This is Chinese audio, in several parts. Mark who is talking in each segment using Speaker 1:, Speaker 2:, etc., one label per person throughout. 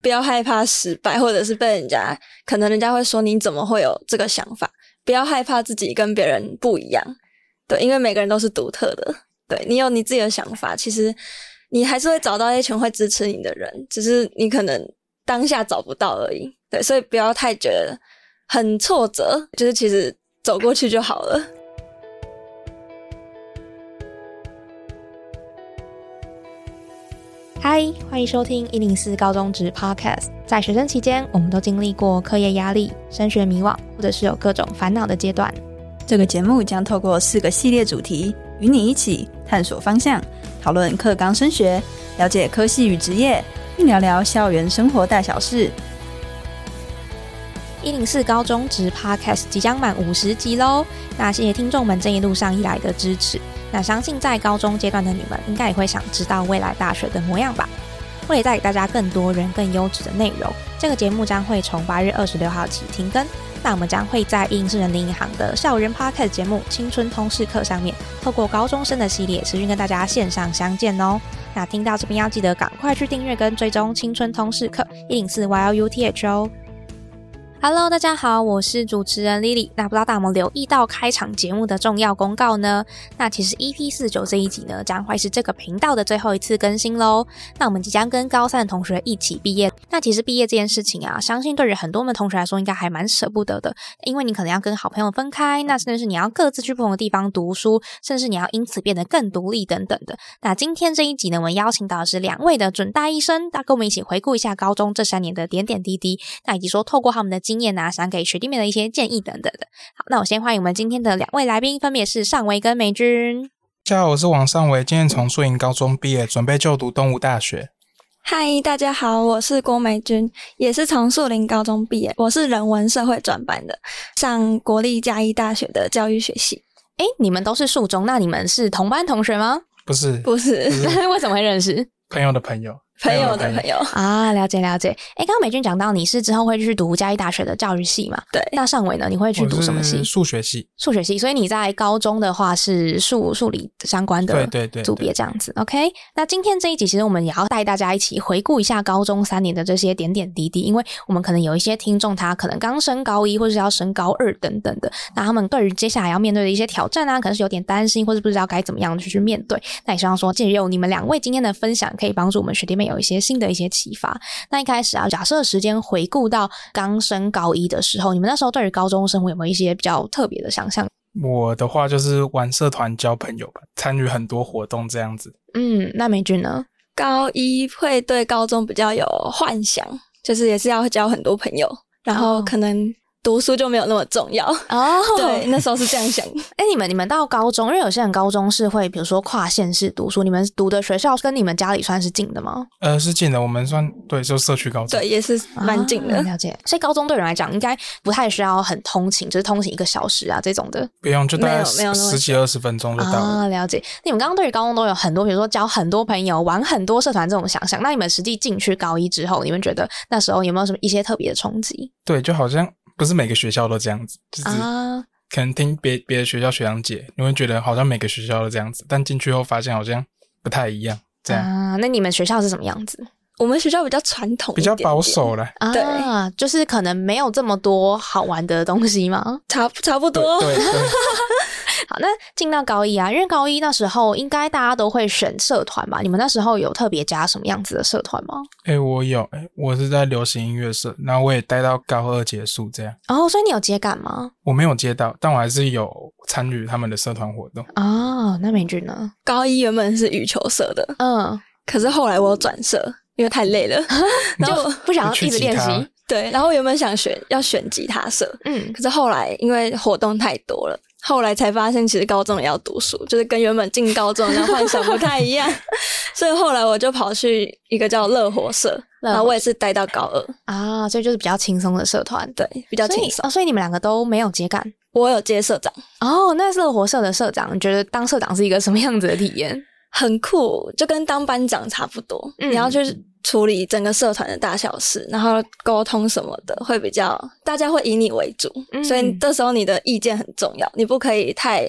Speaker 1: 不要害怕失败，或者是被人家可能人家会说你怎么会有这个想法？不要害怕自己跟别人不一样，对，因为每个人都是独特的。对你有你自己的想法，其实你还是会找到一群会支持你的人，只是你可能当下找不到而已。对，所以不要太觉得很挫折，就是其实走过去就好了。
Speaker 2: 嗨，欢迎收听一零四高中职 Podcast。在学生期间，我们都经历过课业压力、升学迷惘，或者是有各种烦恼的阶段。
Speaker 3: 这个节目将透过四个系列主题，与你一起探索方向，讨论课纲升学，了解科系与职业，并聊聊校园生活大小事。
Speaker 2: 一零四高中职 Podcast 即将满五十集喽！那谢谢听众们这一路上以来的支持。那相信在高中阶段的你们，应该也会想知道未来大学的模样吧？为了带给大家更多人更优质的内容，这个节目将会从八月二十六号起停更。那我们将会在应市人民银行的校园 Podcast 节目《青春通识课》上面，透过高中生的系列，持续跟大家线上相见哦。那听到这边要记得赶快去订阅跟追踪《青春通识课》一零四 YLUTH 哦。Hello，大家好，我是主持人 Lily。那不知道大家有没有留意到开场节目的重要公告呢？那其实 EP 四九这一集呢，将会是这个频道的最后一次更新喽。那我们即将跟高三的同学一起毕业。那其实毕业这件事情啊，相信对于很多我们同学来说，应该还蛮舍不得的，因为你可能要跟好朋友分开，那甚至是你要各自去不同的地方读书，甚至你要因此变得更独立等等的。那今天这一集呢，我们邀请到的是两位的准大医生，那跟我们一起回顾一下高中这三年的点点滴滴，那以及说透过他们的经验啊，想给学弟妹的一些建议等等的。好，那我先欢迎我们今天的两位来宾，分别是尚维跟美君。
Speaker 4: 大家好，我是王尚维，今天从树营高中毕业，准备就读东吴大学。
Speaker 1: 嗨，大家好，我是郭美君，也是从树林高中毕业，我是人文社会转班的，上国立嘉义大学的教育学系。
Speaker 2: 哎，你们都是树中，那你们是同班同学吗？
Speaker 4: 不是
Speaker 1: 不 是
Speaker 4: 不 是
Speaker 2: 为什么会认识
Speaker 4: 朋友的朋友，
Speaker 1: 朋友的朋
Speaker 4: 友。
Speaker 1: 友，
Speaker 2: 啊？了解了解。哎，刚刚美君讲到你是之后会去读嘉义大学的教育系嘛？
Speaker 1: 对
Speaker 2: 那尚维呢？你会去读什么系
Speaker 4: 我是？数学系。
Speaker 2: 数学系。所以你在高中的话是数数理相关的
Speaker 4: 对对对
Speaker 2: 组别
Speaker 4: 对
Speaker 2: 这样子。OK，那今天这一集其实我们也要带大家一起回顾一下高中三年的这些点点滴滴，因为我们可能有一些听众他可能刚升高一或是要升高二等等的，那他们对于接下来要面对的一些挑战啊，可能是有点担心或是不知道该怎么样去去面对。那也希望说借由你们两位今天的分享，可以帮助我们学弟妹有一些新的一些启发。那一开始啊，假设时间回顾到刚升高一的时候，你们那时候对于高中生活有没有一些比较特别的想象？
Speaker 4: 我的话就是玩社团交朋友吧，参与很多活动这样子。
Speaker 2: 嗯，那美君呢？
Speaker 1: 高一会对高中比较有幻想，就是也是要交很多朋友，然后
Speaker 2: 哦
Speaker 1: 可能读书就没有那么重要。
Speaker 2: 哦
Speaker 1: 对，那时候是这样想。
Speaker 2: 哎、你们你们到高中，因为有些人高中是会，比如说跨县市读书，你们读的学校跟你们家里算是近的吗？
Speaker 4: 呃，是近的，我们算对，就社区高中。
Speaker 1: 对，，也是蛮近的。
Speaker 2: 啊了解。所以高中对人来讲，应该不太需要很通勤，就是通勤一个小时啊这种的
Speaker 4: 不用就大概
Speaker 1: 没有没有
Speaker 4: 十
Speaker 1: 那么
Speaker 4: 十几二十分钟就到了。
Speaker 2: 啊。了解。那你们刚刚对于高中都有很多，比如说交很多朋友、玩很多社团这种想象。那你们实际进去高一之后，你们觉得那时候有没有什么一些特别的冲击
Speaker 4: 对，就好像不是每个学校都这样子，就是
Speaker 2: 啊？
Speaker 4: 可能听别别的学校学长姐，你会觉得好像每个学校都这样子，但进去后发现好像不太一样，这样、
Speaker 2: 啊，那你们学校是什么样子
Speaker 1: 我们学校比较传统，
Speaker 4: 比较保，守了。
Speaker 1: 对
Speaker 2: 啊？就是可能没有这么多好玩的东西吗？
Speaker 1: 差差不
Speaker 4: 对
Speaker 1: 多。
Speaker 4: 对对，
Speaker 2: 好，那进到高一啊，因为高一那时候应该大家都会选社团吧？你们那时候有特别加什么样子的社团吗？
Speaker 4: 哎、我有，哎、我是在流行音乐社，然后我也待到高二结束这样。
Speaker 2: 哦，所以你有接感吗？
Speaker 4: 我没有接到，但我还是有参与他们的社团活动。
Speaker 2: 哦，那美君呢？
Speaker 1: 高一原本是羽球社的，
Speaker 2: 嗯，
Speaker 1: 可是后来我有转社，因为太累了。然后
Speaker 2: 不想要
Speaker 4: 你去
Speaker 2: 一直
Speaker 4: 吉
Speaker 2: 练
Speaker 4: 他
Speaker 2: 习。
Speaker 1: 对，然后原本想选要选吉他社，
Speaker 2: 嗯，
Speaker 1: 可是后来因为活动太多了，后来才发现其实高中也要读书，就是跟原本进高中的幻想不太一样。 所以后来我就跑去一个叫乐活社，
Speaker 2: 乐活
Speaker 1: 然后我也是待到高二，
Speaker 2: 啊，所以就是比较轻松的社团，
Speaker 1: 对，比较轻
Speaker 2: 所
Speaker 1: 松。
Speaker 2: 以哦，所以你们两个都没有接感。
Speaker 1: 我有接社长，
Speaker 2: 哦，那乐活社的社长，你觉得当社长是一个什么样子的体验？
Speaker 1: 很酷，就跟当班长差不多。
Speaker 2: 嗯
Speaker 1: 你要去处理整个社团的大小事，然后沟通什么的，会比较大家会以你为主，
Speaker 2: 嗯
Speaker 1: 所以这时候你的意见很重要，你不可以太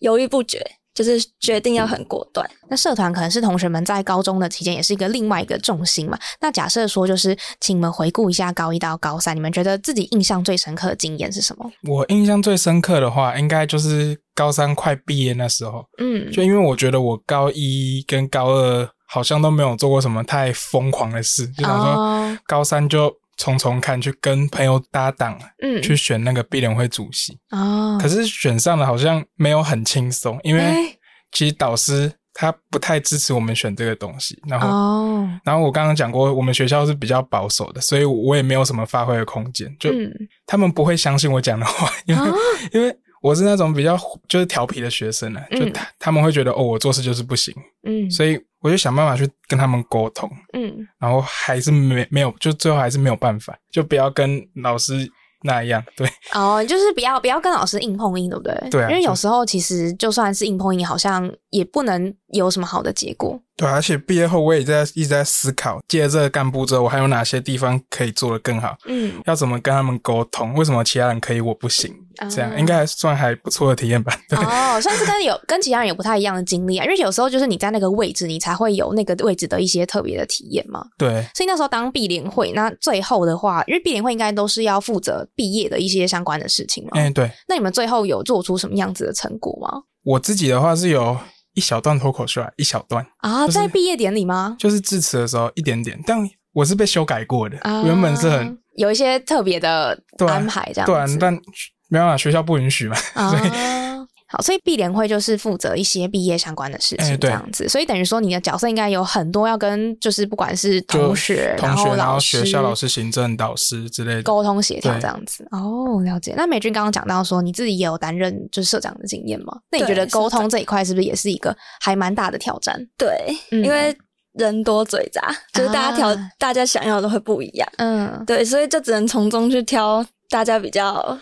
Speaker 1: 犹豫不决。就是决定要很果断。
Speaker 2: 那社团可能是同学们在高中的期间，也是一个另外一个重心嘛。那假设说，就是请你们回顾一下高一到高三，你们觉得自己印象最深刻的经验是什么？
Speaker 4: 我印象最深刻的话，应该就是高三快毕业那时候，
Speaker 2: 嗯，
Speaker 4: 就因为我觉得我高一跟高二好像都没有做过什么太疯狂的事，就想
Speaker 2: 哦
Speaker 4: 说高三就重重看，去跟朋友搭档，
Speaker 2: 嗯
Speaker 4: 去选那个毕联会主席。
Speaker 2: 哦
Speaker 4: 可，是选上了好像没有很轻松，
Speaker 2: 嗯
Speaker 4: 因
Speaker 1: 哎
Speaker 4: 为其实导师他不太支持我们选这个东西，然后。
Speaker 2: 哦，
Speaker 4: 然后我刚刚讲过，我们学校是比较保守的，所以我也没有什么发挥的空间。就
Speaker 2: 嗯，
Speaker 4: 他们不会相信我讲的话， 因为、
Speaker 2: 哦，
Speaker 4: 因为我是那种比较就是调皮的学生呢、啊
Speaker 2: 嗯
Speaker 4: 就他他们会觉得哦，我做事就是不行，
Speaker 2: 嗯，
Speaker 4: 所以我就想办法去跟他们沟通，
Speaker 2: 嗯，
Speaker 4: 然后还是没没有，就最后还是没有办法，就不要跟老师那样，对
Speaker 2: 哦，就是不要不要跟老师硬碰硬，对不对？
Speaker 4: 对啊
Speaker 2: 因为
Speaker 4: 就
Speaker 2: 有时候其实就算是硬碰硬，好像也不能有什么好的结果。
Speaker 4: 对啊、而且毕业后我也在一直在思考，接了这个干部之后，我还有哪些地方可以做得更好，
Speaker 2: 嗯，
Speaker 4: 要怎么跟他们沟通，为什么其他人可以我不行，这样、
Speaker 2: 哦
Speaker 4: 应该还算还不错的体验吧，对。
Speaker 2: 哦，算是跟有跟其他人有不太一样的经历啊，因为有时候就是你在那个位置，你才会有那个位置的一些特别的体验嘛。
Speaker 4: 对
Speaker 2: 所以那时候当毕联会，那最后的话，因为毕联会应该都是要负责毕业的一些相关的事情嘛。
Speaker 4: 哎、对
Speaker 2: 那你们最后有做出什么样子的成果吗？
Speaker 4: 我自己的话是有一小段脱口秀啊，一小段，
Speaker 2: 啊，
Speaker 4: 就是
Speaker 2: 在毕业典礼吗？
Speaker 4: 就是致辞的时候一点点，但我是被修改过的，
Speaker 2: 啊，
Speaker 4: 原本是很
Speaker 2: 有一些特别的
Speaker 4: 对啊
Speaker 2: 安排这样子。
Speaker 4: 对啊，但没办法，学校不允许嘛，所以
Speaker 2: 啊。好，所以毕联会就是负责一些毕业相关的事
Speaker 4: 哎
Speaker 2: 情，这
Speaker 4: 对
Speaker 2: 样子。所以等于说，你的角色应该有很多要跟，就是不管是
Speaker 4: 就
Speaker 2: 同学、
Speaker 4: 同
Speaker 2: 后
Speaker 4: 学，然后
Speaker 2: 师、
Speaker 4: 学校老师、行政导师之类的。
Speaker 2: 沟通协调
Speaker 4: 对
Speaker 2: 这样子。哦，了解。那美君刚刚讲到说，你自己也有担任就是社长的经验嘛？那你
Speaker 1: 对
Speaker 2: 觉得沟
Speaker 1: 社
Speaker 2: 通
Speaker 1: 长
Speaker 2: 这一块是不是也是一个还蛮大的挑战？
Speaker 1: 对，
Speaker 2: 嗯
Speaker 1: 因为人多嘴杂，就是大家挑、
Speaker 2: 啊
Speaker 1: 大家想要的会不一样。
Speaker 2: 嗯，
Speaker 1: 对，所以就只能从中去挑大家比较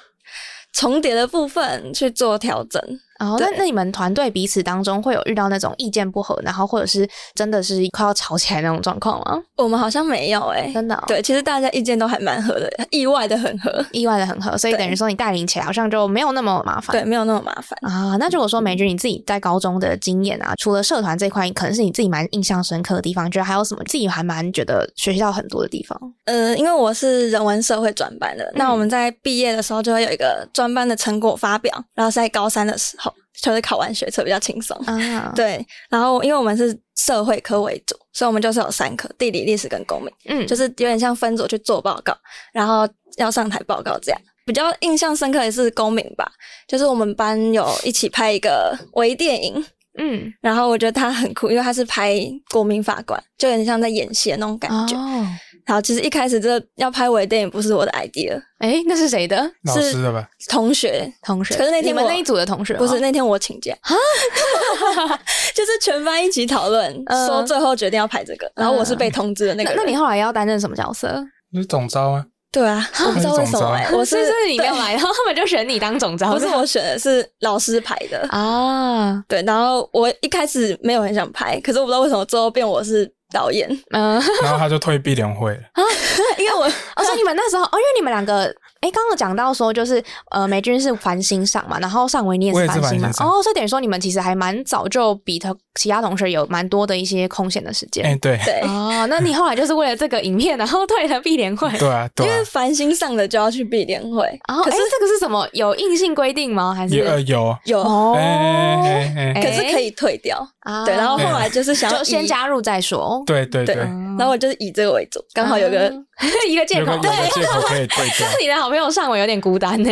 Speaker 1: 重叠的部分去做调整。
Speaker 2: 哦，那
Speaker 1: 对
Speaker 2: 那你们团队彼此当中会有遇到那种意见不合，然后或者是真的是快要吵起来那种状况吗？
Speaker 1: 我们好像没有哎诶、
Speaker 2: 真的、哦，
Speaker 1: 对，其实大家意见都还蛮合的，意外的很合。
Speaker 2: 意外的很合，所以
Speaker 1: 对
Speaker 2: 等于说你带领起来好像就没有那么麻烦。
Speaker 1: 对，没嗯有那么麻烦。
Speaker 2: 啊，那如果说美君你自己在高中的经验啊，除了社团这块，可能是你自己蛮印象深刻的地方，觉得还有什么自己还蛮觉得学到很多的地方？
Speaker 1: 呃，因为我是人文社会专班的，那我们在毕业的时候就会有一个专班的成果发表，然后是在高三的时候，就是考完学测比较轻松。
Speaker 2: 啊，
Speaker 1: 对，然后因为我们是社会科为主，所以我们就是有三科：地理、历史跟公民，
Speaker 2: 嗯，
Speaker 1: 就是有点像分组去做报告，然后要上台报告这样。比较印象深刻的是公民吧，就是我们班有一起拍一个微电影，
Speaker 2: 嗯，
Speaker 1: 然后我觉得他很酷，因为他是拍国民法官，就很像在演戏的那种感觉。
Speaker 2: 哦，
Speaker 1: 然后其实一开始这要拍微电影不是我的 idea，
Speaker 2: 哎，那是谁的
Speaker 4: 老师的吧，
Speaker 1: 同学
Speaker 2: 同学？
Speaker 1: 可是那
Speaker 2: 你
Speaker 1: 天
Speaker 2: 们
Speaker 1: 我
Speaker 2: 那一组的同学吗
Speaker 1: 不是那天我请假啊， 就是全班一起讨论，
Speaker 2: 嗯
Speaker 1: 说最后决定要拍这个，然后我是被通知的那
Speaker 2: 那
Speaker 1: 个人。
Speaker 2: 那你后来要担任什么角色？
Speaker 4: 就是总招啊，
Speaker 1: 对啊，我不知道为什么欸、我
Speaker 2: 所以
Speaker 1: 是
Speaker 2: 是你没有来，然后他们就选你当总招，
Speaker 1: 不是我选的是老师排的，
Speaker 2: 啊，
Speaker 1: 对。然后我一开始没有很想拍，可是我不知道为什么最后变我是导 演，
Speaker 2: 嗯，
Speaker 4: 然后他就退避联会了。
Speaker 1: 因为我
Speaker 2: 哦，所以你们那时候，哦，因为你们两个，哎，刚刚有讲到说，就是呃，美军是繁星上嘛，然后尚维你也
Speaker 4: 我
Speaker 2: 是
Speaker 4: 也是
Speaker 2: 繁星嘛
Speaker 4: 繁，星上
Speaker 2: 哦，所以等于说你们其实还蛮早就比他其他同学有蛮多的一些空闲的时间。
Speaker 4: 哎、对，
Speaker 1: 对。
Speaker 2: 哦，那你后来就是为了这个影片，然后退了毕联 会。
Speaker 4: 对啊，对
Speaker 1: 因为
Speaker 4: 啊，
Speaker 1: 繁星上的就要去毕联会，
Speaker 2: 然后，
Speaker 1: 可
Speaker 2: 哎
Speaker 1: 是，
Speaker 2: 这个是什么？有硬性规定吗？还
Speaker 4: 也呃
Speaker 2: 是
Speaker 4: 有，
Speaker 1: 有，
Speaker 2: 哦
Speaker 4: 哎哎哎哎，
Speaker 1: 可是可以退掉。
Speaker 2: 啊
Speaker 1: 对，然后后来就是想要
Speaker 2: 哦就先
Speaker 1: 以
Speaker 2: 加入再说。
Speaker 4: 对对
Speaker 1: 对
Speaker 4: 对，
Speaker 1: 然后我就是以这个为主，刚好有个、
Speaker 2: 啊 一个借
Speaker 4: 有个
Speaker 2: 口
Speaker 4: 有，个借口可以退掉
Speaker 2: 但。 是你的好朋友尚维有点孤单呢、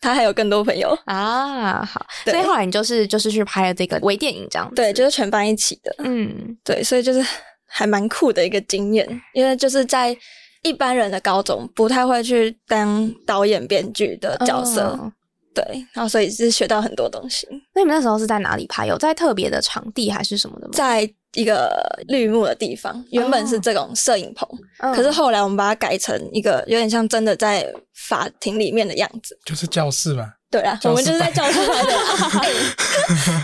Speaker 1: 他还有更多朋友，
Speaker 2: 啊，好，
Speaker 1: 对
Speaker 2: 所以后来你就是就是去拍了这个微电影这样子。
Speaker 1: 对，就是全班一起的，
Speaker 2: 嗯，
Speaker 1: 对，所以就是还蛮酷的一个经验，因为就是在一般人的高中不太会去当导演、编剧的角色，
Speaker 2: 哦
Speaker 1: 对，然后所以是学到很多东西，
Speaker 2: 那你们那时候是在哪里拍？有在特别的场地还是什么的吗？
Speaker 1: 在一个绿幕的地方，原本是这种摄影棚，
Speaker 2: 嗯
Speaker 1: 可是后来我们把它改成一个有点像真的在法庭里面的样子。
Speaker 4: 就是教室嘛，
Speaker 1: 对啦，啊
Speaker 4: 教室
Speaker 1: 我们就是在
Speaker 4: 拍
Speaker 1: 教室拍的啦。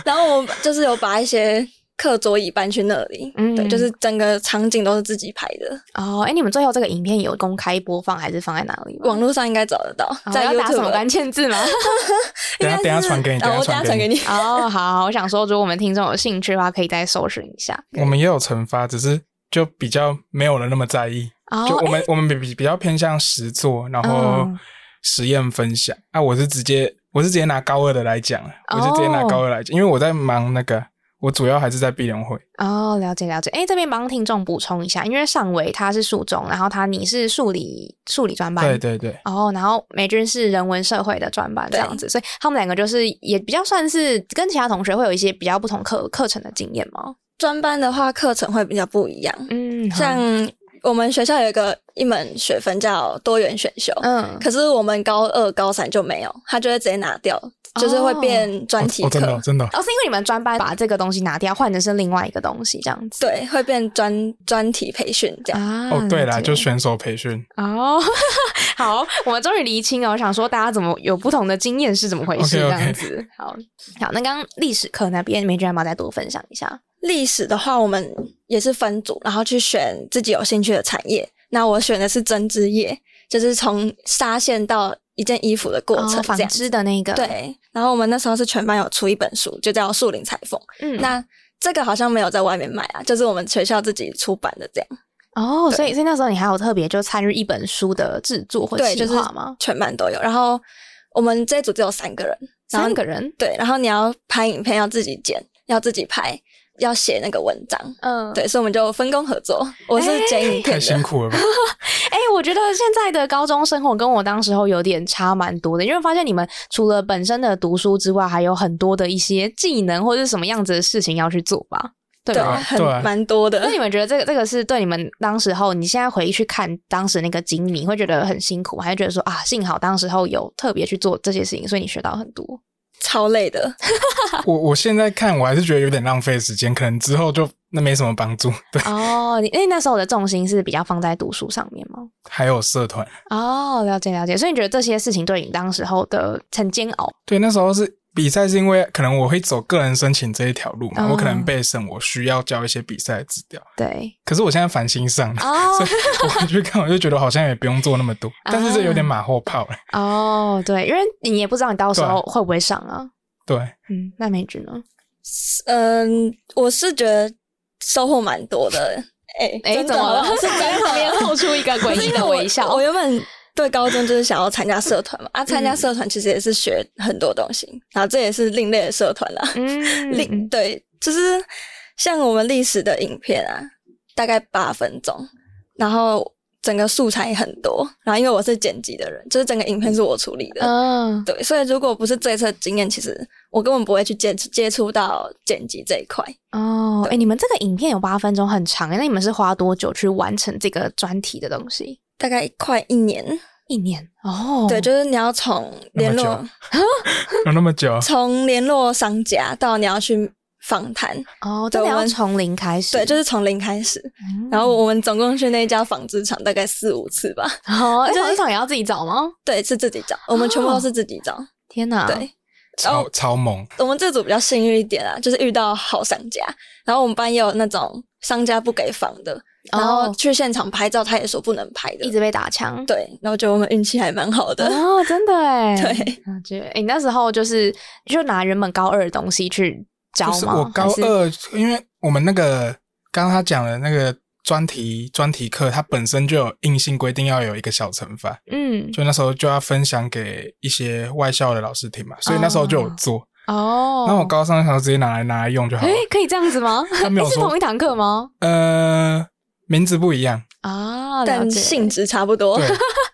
Speaker 1: 然后我们就是有把一些课桌椅搬去那里，
Speaker 2: 嗯
Speaker 1: 对，就是整个场景都是自己排的，
Speaker 2: 哦，哎，你们最后这个影片有公开播放还是放在哪里吗？
Speaker 1: 网络上应该找得到，
Speaker 2: 哦
Speaker 1: 在
Speaker 2: 要打什么
Speaker 1: YouTube
Speaker 2: 关 键字吗？
Speaker 4: 等
Speaker 1: 应
Speaker 4: 一下
Speaker 1: 该是
Speaker 4: 等一下传给你，
Speaker 1: 啊我
Speaker 4: 一
Speaker 1: 等
Speaker 4: 下
Speaker 1: 下
Speaker 4: 传
Speaker 1: 传给
Speaker 4: 给你。
Speaker 1: 你。
Speaker 2: 哦，好，我想说，如果我们听众有兴趣的话，可以再搜寻一下。
Speaker 4: 我们也有惩罚，只是就比较没有人那么在意。就
Speaker 2: 哦，
Speaker 4: 我们、我们比比比较偏向实作，然后
Speaker 2: 嗯
Speaker 4: 实验分享。啊，我是直接我是直接拿高二的来讲了，我是直接拿
Speaker 2: 哦
Speaker 4: 高二来讲，因为我在忙那个，我主要还是在毕联会。
Speaker 2: 哦，了解了解。哎，这边帮听众补充一下，因为尚维他是数中，然后他你是数理数理专班，
Speaker 4: 对对对，
Speaker 2: 哦，然后美军是人文社会的专班这
Speaker 1: 对
Speaker 2: 样子，所以他们两个就是也比较算是跟其他同学会有一些比较不同课课程的经验吗？
Speaker 1: 专班的话，课程会比较不一样，
Speaker 2: 嗯，
Speaker 1: 像我们学校有一个一门学分叫多元选修，
Speaker 2: 嗯，
Speaker 1: 可是我们高二、高三就没有，他就会直接拿掉，就是会变专题
Speaker 4: 哦哦真
Speaker 1: 课，
Speaker 4: 的哦真的哦，
Speaker 2: 哦，是因为你们专班把这个东西拿掉，换成是另外一个东西这样子。
Speaker 1: 对，会变专专题培训这样。
Speaker 2: 啊，
Speaker 4: 哦对啦，
Speaker 2: 了解
Speaker 4: 就选手培训。
Speaker 2: 哦， 好，我们终于厘清了。我想说，大家怎么有不同的经验是怎么回事？这
Speaker 4: OK，OK
Speaker 2: 样子好好。那刚刚历史课那边，美娟要不要再多分享一下？
Speaker 1: 历史的话，我们也是分组，然后去选自己有兴趣的产业。那我选的是针织业，就是从纱线到一件衣服的过程
Speaker 2: 哦纺
Speaker 1: 这样。
Speaker 2: 织的那个，，
Speaker 1: 对，然后我们那时候是全班有出一本书，就叫《树林裁缝》。
Speaker 2: 嗯，
Speaker 1: 那这个好像没有在外面买啊，就是我们学校自己出版的这样。
Speaker 2: 哦，
Speaker 1: 对
Speaker 2: 所以所以那时候你还有特别就参与一本书的制作或
Speaker 1: 对，
Speaker 2: 企
Speaker 1: 就是
Speaker 2: 划吗？
Speaker 1: 全班都有。然后我们这一组只有三个人，然后
Speaker 2: 三个人，
Speaker 1: 对，然后你要拍影片，要自己剪，要自己拍，要写那个文章。
Speaker 2: 嗯，
Speaker 1: 对，所以我们就分工合作。我是剪影
Speaker 4: 太
Speaker 1: 片的，
Speaker 4: 辛苦了吧？
Speaker 2: 哎、我觉得现在的高中生活跟我当时候有点差蛮多的，因为发现你们除了本身的读书之外，还有很多的一些技能或者是什么样子的事情要去做吧，对
Speaker 1: 对，
Speaker 2: 吧？
Speaker 4: 啊
Speaker 1: 很
Speaker 4: 对啊
Speaker 1: 蛮多的
Speaker 2: 那。你们觉得这个这个是对你们当时候，你现在回去看当时那个经历，你会觉得很辛苦，还是觉得说啊，幸好当时候有特别去做这些事情，所以你学到很 多？
Speaker 1: 超累的，
Speaker 4: 我我现在看我还是觉得有点浪费时间，可能之后就那没什么帮助。对，
Speaker 2: 哦，你因为那时候的重心是比较放在读书上面吗？
Speaker 4: 还有社团，
Speaker 2: 哦，了解了解，所以你觉得这些事情对你当时候的很煎熬
Speaker 4: 对，那时候是比赛，是因为可能我会走个人申请这一条路嘛，
Speaker 2: 哦
Speaker 4: 我可能备审，我需要交一些比赛的资料。
Speaker 2: 对
Speaker 4: 可是我现在烦心上 了，
Speaker 2: 哦
Speaker 4: 所以我回去看，我就觉得好像也不用做那么多，但是这有点马后炮了。
Speaker 2: 哦对，因为你也不知道你到时候
Speaker 4: 对
Speaker 2: 会不会上啊。
Speaker 4: 对，
Speaker 2: 嗯，那美君呢？
Speaker 1: 嗯，我是觉得收获蛮多的。哎、
Speaker 2: 哎、
Speaker 1: 真的
Speaker 2: 怎 么了？
Speaker 1: 是
Speaker 2: 在旁边露出一个诡异的微笑嗯
Speaker 1: 我原本对高中就是想要参加社团嘛，啊，参加社团其实也是学很多东西，然后这也是另类的社团啦。
Speaker 2: 嗯，
Speaker 1: 另、
Speaker 2: 嗯
Speaker 1: 对，就是像我们历史的影片啊，大概八分钟，然后整个素材也很多，然后因为我是剪辑的人，就是整个影片是我处理的。
Speaker 2: 嗯
Speaker 1: 对，所以如果不是这一次的经验，其实我根本不会去接接触到剪辑这一块。
Speaker 2: 哦，哎、你们这个影片有八分钟，很长哎，那你们是花多久去完成这个专题的东西？
Speaker 1: 大概快一年，
Speaker 2: 一年哦，
Speaker 1: 对，就是你要从联
Speaker 4: 那
Speaker 2: 啊
Speaker 1: 络
Speaker 4: 么有那么久，
Speaker 1: 从联络商家到你要去访谈，
Speaker 2: 哦，真
Speaker 1: 对我
Speaker 2: 的要
Speaker 1: 们
Speaker 2: 从零开始，
Speaker 1: 对，就是从零开始。
Speaker 2: 嗯，
Speaker 1: 然后我们总共去那一家纺织厂大概四五次吧，
Speaker 2: 哦，哎
Speaker 1: 就是
Speaker 2: 同一场也要自己找吗？
Speaker 1: 对，是自己找，我们全部
Speaker 2: 哦
Speaker 1: 都是自己找。
Speaker 2: 天哪，
Speaker 1: 对，
Speaker 2: 哦
Speaker 4: 超超猛。
Speaker 1: 我们这组比较幸运一点啊，就是遇到好商家，然后我们班也有那种商家不给仿的，然后
Speaker 2: 哦
Speaker 1: 去现场拍照，他也说不能拍的
Speaker 2: 一。直被打枪。
Speaker 1: 对，然后觉得我们运气还蛮好的。
Speaker 2: 哦，真的 哎，
Speaker 1: 对，
Speaker 2: 了解。哎、你那时候就是就拿原本高二的东西去教
Speaker 4: 就是
Speaker 2: 吗？
Speaker 4: 我高
Speaker 2: 还是，
Speaker 4: 二，因为我们那个刚刚他讲的那个专题专题课，它本身就有硬性规定要有一个小惩罚，
Speaker 2: 嗯，
Speaker 4: 就那时候就要分享给一些外校的老师听嘛，所以那时候就有做。
Speaker 2: 哦，
Speaker 4: 那我高三的时候直接拿来拿来用就好
Speaker 2: 哎、
Speaker 4: 了。
Speaker 2: 可以这样子吗？
Speaker 4: 他没有
Speaker 2: 诶 是
Speaker 4: 说
Speaker 2: 同一堂课吗？
Speaker 4: 呃，名字不一样，
Speaker 2: 啊，了
Speaker 1: 但
Speaker 2: 解
Speaker 1: 性质差不多
Speaker 4: 对，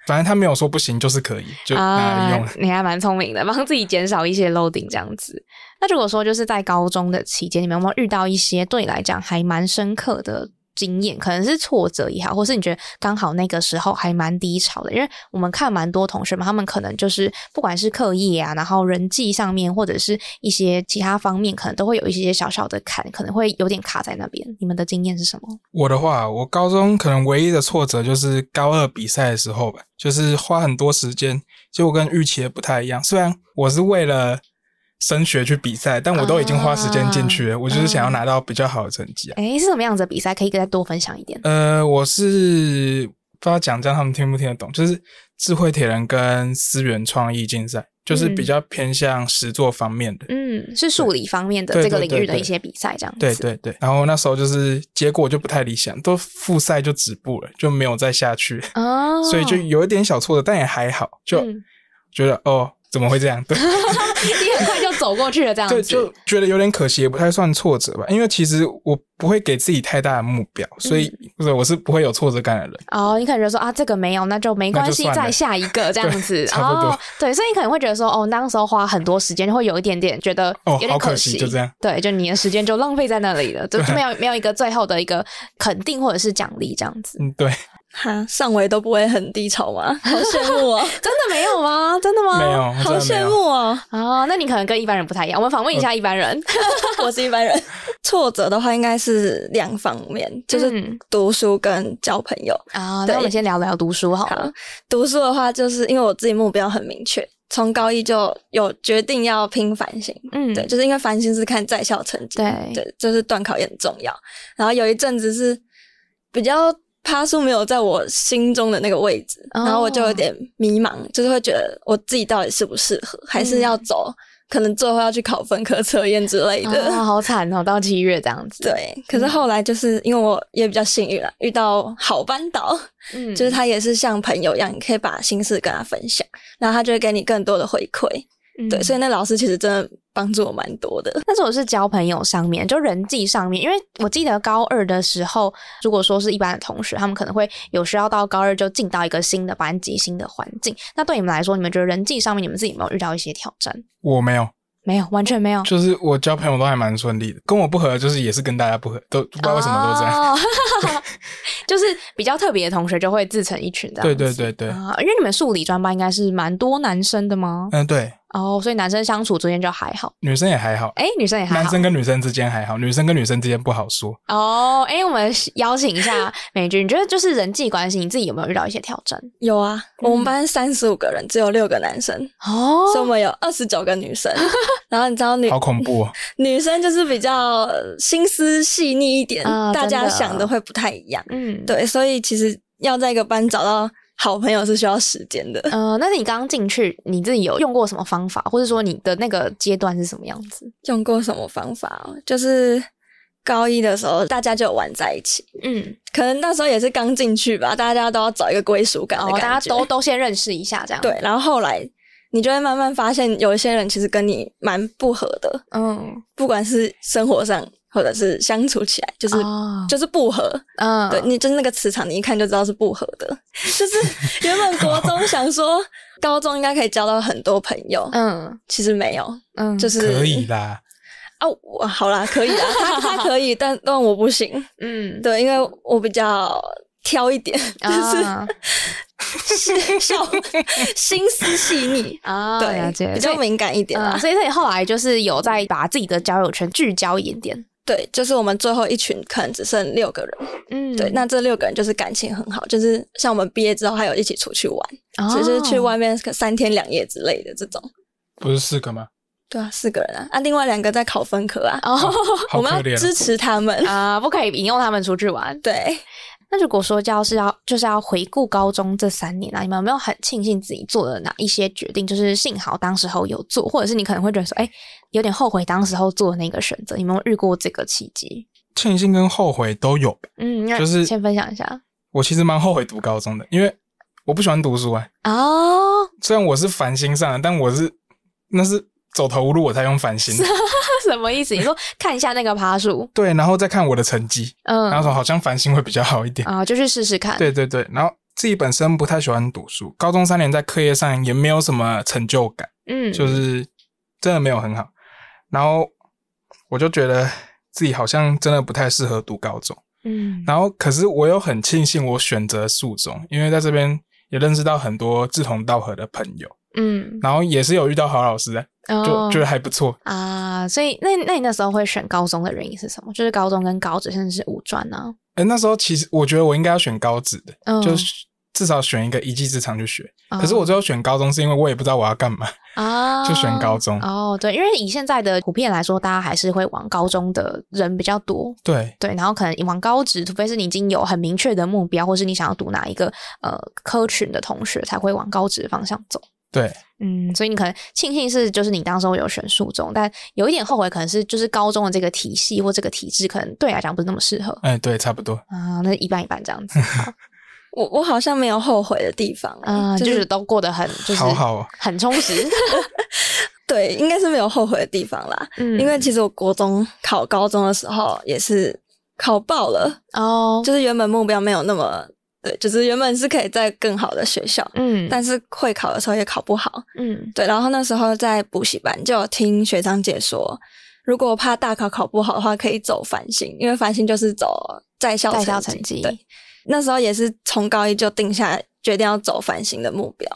Speaker 4: 反正他没有说不行，就 是可以，就拿来用
Speaker 2: 哦啊
Speaker 4: 了。，
Speaker 2: 你还蛮聪明的，帮自己减少一些 loading 这样子。那如果说就是在高中的期间，你们有没有遇到一些对你来讲还蛮深刻的经验？可能是挫折也好，或是你觉得刚好那个时候还蛮低潮的，因为我们看蛮多同学们，他们可能就是不管是课业啊，然后人际上面，或者是一些其他方面，可能都会有一些小小的坎，可能会有点卡在那边。你们的经验是什么？
Speaker 4: 我的话，我高中可能唯一的挫折就是高二比赛的时候吧，就是花很多时间，结果跟预期的不太一样。虽然我是为了升学去比赛，但我都已经花时间进
Speaker 2: 啊
Speaker 4: 去了，我就是想要拿到比较好的成绩啊。
Speaker 2: 哎，是什么样子的比赛？可以再多分享一点。
Speaker 4: 呃，我是不知道讲这样他们听不听得懂，就是智慧铁人跟思源创意竞赛，就是比较偏向实作方面的。
Speaker 2: 嗯，是数理方面的
Speaker 4: 对
Speaker 2: 这个
Speaker 4: 对
Speaker 2: 领
Speaker 4: 对
Speaker 2: 域的
Speaker 4: 对
Speaker 2: 一些比赛，这样子。
Speaker 4: 对对对，然后那时候就是结果就不太理想，都复赛就止步了，就没有再下去，
Speaker 2: 哦，
Speaker 4: 所以就有一点小挫折，但也还好，就
Speaker 2: 嗯
Speaker 4: 觉得、哦怎么会这样？ 对
Speaker 2: 你很快就走过去了，这样
Speaker 4: 对，
Speaker 2: 子。
Speaker 4: 就觉得有点可惜，也不太算挫折吧，因为其实我不会给自己太大的目标，所以、
Speaker 2: 嗯
Speaker 4: 不是我是不会有挫折感的人。
Speaker 2: 哦，你可能就说啊，这个没有，那就没关系
Speaker 4: 那，就算了
Speaker 2: 再下一个这样子
Speaker 4: 对。差不多
Speaker 2: 哦，对，所以你可能会觉得说，哦，那时候花很多时间，会有一点点觉得
Speaker 4: 哦
Speaker 2: 有点
Speaker 4: 好可
Speaker 2: 惜，
Speaker 4: 惜就这样。
Speaker 2: 对，就你的时间就浪费在那里了，就 就没有没有一个最后的一个肯定或者是奖励这样子。
Speaker 4: 嗯，对，
Speaker 1: 哈，上围都不会很低潮 吗？好羡慕 哦，
Speaker 2: 真的没有吗？真的吗？
Speaker 4: 没有，我
Speaker 1: 好
Speaker 4: 真的没
Speaker 1: 羡
Speaker 4: 有。
Speaker 1: 慕 哦。
Speaker 2: 啊、那你可能跟一般人不太一样。我们访问一
Speaker 4: 嗯
Speaker 2: 下一般 人，
Speaker 1: 我是一般人。挫折的话，应该是两方面，就是
Speaker 2: 嗯
Speaker 1: 读书跟交朋友。
Speaker 2: 啊、那
Speaker 1: 对
Speaker 2: 我们先聊聊读书好了。
Speaker 1: 好，读书的话，就是因为我自己目标很明确，从高一就有决定要拼繁星。
Speaker 2: 嗯，
Speaker 1: 对，就是因为繁星是看在校成绩，
Speaker 2: 对
Speaker 1: 对，就是段考也很重要。然后有一阵子是比较趴数没有在我心中的那个位置，
Speaker 2: 哦
Speaker 1: 然后我就有点迷茫，就是会觉得我自己到底适不适合，还是
Speaker 2: 嗯
Speaker 1: 要走、可能最后要去考分科测验之类的。
Speaker 2: 啊、好惨哦，到七月这样子。，
Speaker 1: 对，可是后来就是因为我也比较幸运了，遇到好班导，
Speaker 2: 嗯，
Speaker 1: 就是他也是像朋友一样，你可以把心事跟他分享，然后他就会给你更多的回馈。
Speaker 2: 嗯
Speaker 1: 对，所以那老师其实真的帮助我蛮多的。
Speaker 2: 但是我是交朋友上面，就人际上面，因为我记得高二的时候，如果说是一般的同学，他们可能会有需要到高二就进到一个新的班级、新的环境。那对你们来说，你们觉得人际上面，你们自己有没有遇到一些挑战？
Speaker 4: 我没有，
Speaker 2: 没有，完全没有。
Speaker 4: 就是我交朋友都还蛮顺利的，跟我不合就是也是跟大家不合，都不知道为什么都这样。
Speaker 2: 哦、 就是比较特别的同学就会自成一群这样
Speaker 4: 对
Speaker 2: 子。
Speaker 4: 对对对，
Speaker 2: 啊，因为你们数理专班应该是蛮多男生的吗？
Speaker 4: 嗯，对，
Speaker 2: 哦，所以男生相处之间就还好，
Speaker 4: 女生也还好，
Speaker 2: 哎，女生也还好。
Speaker 4: 男生跟女生之间还好，女生跟女生之间不好说。
Speaker 2: 哦，哎，我们邀请 一下美君，你觉得就是人际关系，你自己有没有遇到一些挑战？
Speaker 1: 有啊，我
Speaker 2: 嗯
Speaker 1: 们班三十五个人，只有六个男生，
Speaker 2: 哦
Speaker 1: 所以我们有二十九个女 生。然后你知道女
Speaker 4: 好恐怖哦！
Speaker 1: 女生就是比较呃心思细腻一点，
Speaker 2: 啊
Speaker 1: 大
Speaker 2: 真
Speaker 1: 家
Speaker 2: 的
Speaker 1: 想的会不太一样。
Speaker 2: 嗯，，
Speaker 1: 对，所以其实要在一个班找到好朋友是需要时间 的。
Speaker 2: 呃，那你刚刚进去，你自己有用过什么方法，或者说你的那个阶段是什么样子？
Speaker 1: 用过什么方法哦？就是高一的时候，大家就有玩在一起，
Speaker 2: 嗯，
Speaker 1: 可能那时候也是刚进去吧，大家都要找一个归属感
Speaker 2: 哦
Speaker 1: 的，感觉。
Speaker 2: 大家都都先认识一下，这样，
Speaker 1: 对，，然后后来你就会慢慢发现，有一些人其实跟你蛮不合的，
Speaker 2: 嗯，
Speaker 1: 不管是生活上或者是相处起来，就是、
Speaker 2: 哦
Speaker 1: 就是不合。
Speaker 2: 嗯，
Speaker 1: 对，你就是那个磁场，你一看就知道是不合 的。就是原本国中想说高中应该可以交到很多朋友，
Speaker 2: 嗯
Speaker 1: 其实没有，
Speaker 2: 嗯，
Speaker 1: 就是是
Speaker 4: 可以啦，
Speaker 1: 啊，我好啦，可以啦，他他可以，但但我不行。
Speaker 2: 嗯，
Speaker 1: 对，因为我比较挑一点，
Speaker 2: 啊
Speaker 1: 就是小心思细腻，
Speaker 2: 啊，了解
Speaker 1: 对，，比较
Speaker 2: 所以
Speaker 1: 敏感一点啦
Speaker 2: 嗯，。所以所以后来就是有在把自己的交友圈聚焦一点点，
Speaker 1: 对，就是我们最后一群可能只剩六个人，
Speaker 2: 嗯，
Speaker 1: 对，那这六个人就是感情很好，就是像我们毕业之后还有一起出去玩，只是去
Speaker 2: 哦
Speaker 1: 外面可三天两夜之类的这种。
Speaker 4: 不是四个吗？
Speaker 1: 对啊，四个人啊，啊，另外两个在考分科啊，
Speaker 2: 哦
Speaker 4: 好
Speaker 1: 我
Speaker 4: 可
Speaker 1: 们要
Speaker 4: 怜
Speaker 1: 支
Speaker 4: 哦。
Speaker 1: 持他们。
Speaker 2: 啊，不可以引诱他们出去玩。
Speaker 1: 对，
Speaker 2: 那如果说要是要就是要回顾高中这三年啊，你们有没有很庆幸自己做了哪一些决定？就是幸好当时候有做，或者是你可能会觉得说，哎、有点后悔当时候做的那个选择。你们有没有遇过这个契机？
Speaker 4: 庆幸跟后悔都有吧。
Speaker 2: 嗯，那
Speaker 4: 就是
Speaker 2: 先分享一下
Speaker 4: 我其实蛮后悔读高中的，因为我不喜欢读书啊。
Speaker 2: 哦，
Speaker 4: 虽然我是繁星上的，但我是那是走投无路我才用繁星。
Speaker 2: 啊什么意思？你说看一下那个爬树，
Speaker 4: 对，然后再看我的成绩，
Speaker 2: 嗯，
Speaker 4: 然后说好像繁星会比较好一点。
Speaker 2: 啊，就去试试看。
Speaker 4: 对对对，然后自己本身不太喜欢读书，高中三年在课业上也没有什么成就感，
Speaker 2: 嗯，
Speaker 4: 就是真的没有很好。然后我就觉得自己好像真的不太适合读高中。
Speaker 2: 嗯，
Speaker 4: 然后可是我又很庆幸我选择数中，因为在这边也认识到很多志同道合的朋友，
Speaker 2: 嗯，
Speaker 4: 然后也是有遇到好老师的，啊就、
Speaker 2: 哦
Speaker 4: 觉得还不错。
Speaker 2: 啊，所以那那你那时候会选高中的原因是什么？就是高中跟高职甚至是五专呢、啊
Speaker 4: 哎，那时候其实我觉得我应该要选高职的，
Speaker 2: 嗯哦
Speaker 4: 就是至少选一个一技之长去学。可是我最后选高中，是因为我也不知道我要干嘛。
Speaker 2: 啊，
Speaker 4: 就选高中
Speaker 2: 哦，对，因为以现在的普遍来说，大家还是会往高中的人比较多，
Speaker 4: 对，
Speaker 2: 对，然后可能往高职，除非是你已经有很明确的目标，或是你想要读哪一个呃科群的同学，才会往高职方向走。
Speaker 4: 对，
Speaker 2: 嗯，所以你可能庆幸是就是你当时候有选数中，但有一点后悔，可能是就是高中的这个体系或这个体制，可能对你来讲不是那么适合
Speaker 4: 哎、对，差不多。
Speaker 2: 啊，那一半一半这样子好
Speaker 1: 我我好像没有后悔的地方
Speaker 2: 啊，
Speaker 1: 就、
Speaker 2: 就是是都过得很就是
Speaker 4: 好好哦
Speaker 2: 很充实，
Speaker 1: 对，应该是没有后悔的地方啦。
Speaker 2: 嗯
Speaker 1: 因为其实我国中考高中的时候也是考爆了，
Speaker 2: 哦，
Speaker 1: 就是原本目标没有那么对，就是原本是可以在更好的学校，
Speaker 2: 嗯
Speaker 1: 但是会考的时候也考不好。
Speaker 2: 嗯
Speaker 1: 对，然后那时候在补习班就有听学长姐说，如果怕大考考不好的话，可以走繁星，因为繁星就是走在校
Speaker 2: 在校
Speaker 1: 成
Speaker 2: 成绩
Speaker 1: 对，那时候也是从高一就定下决定要走繁星的目标。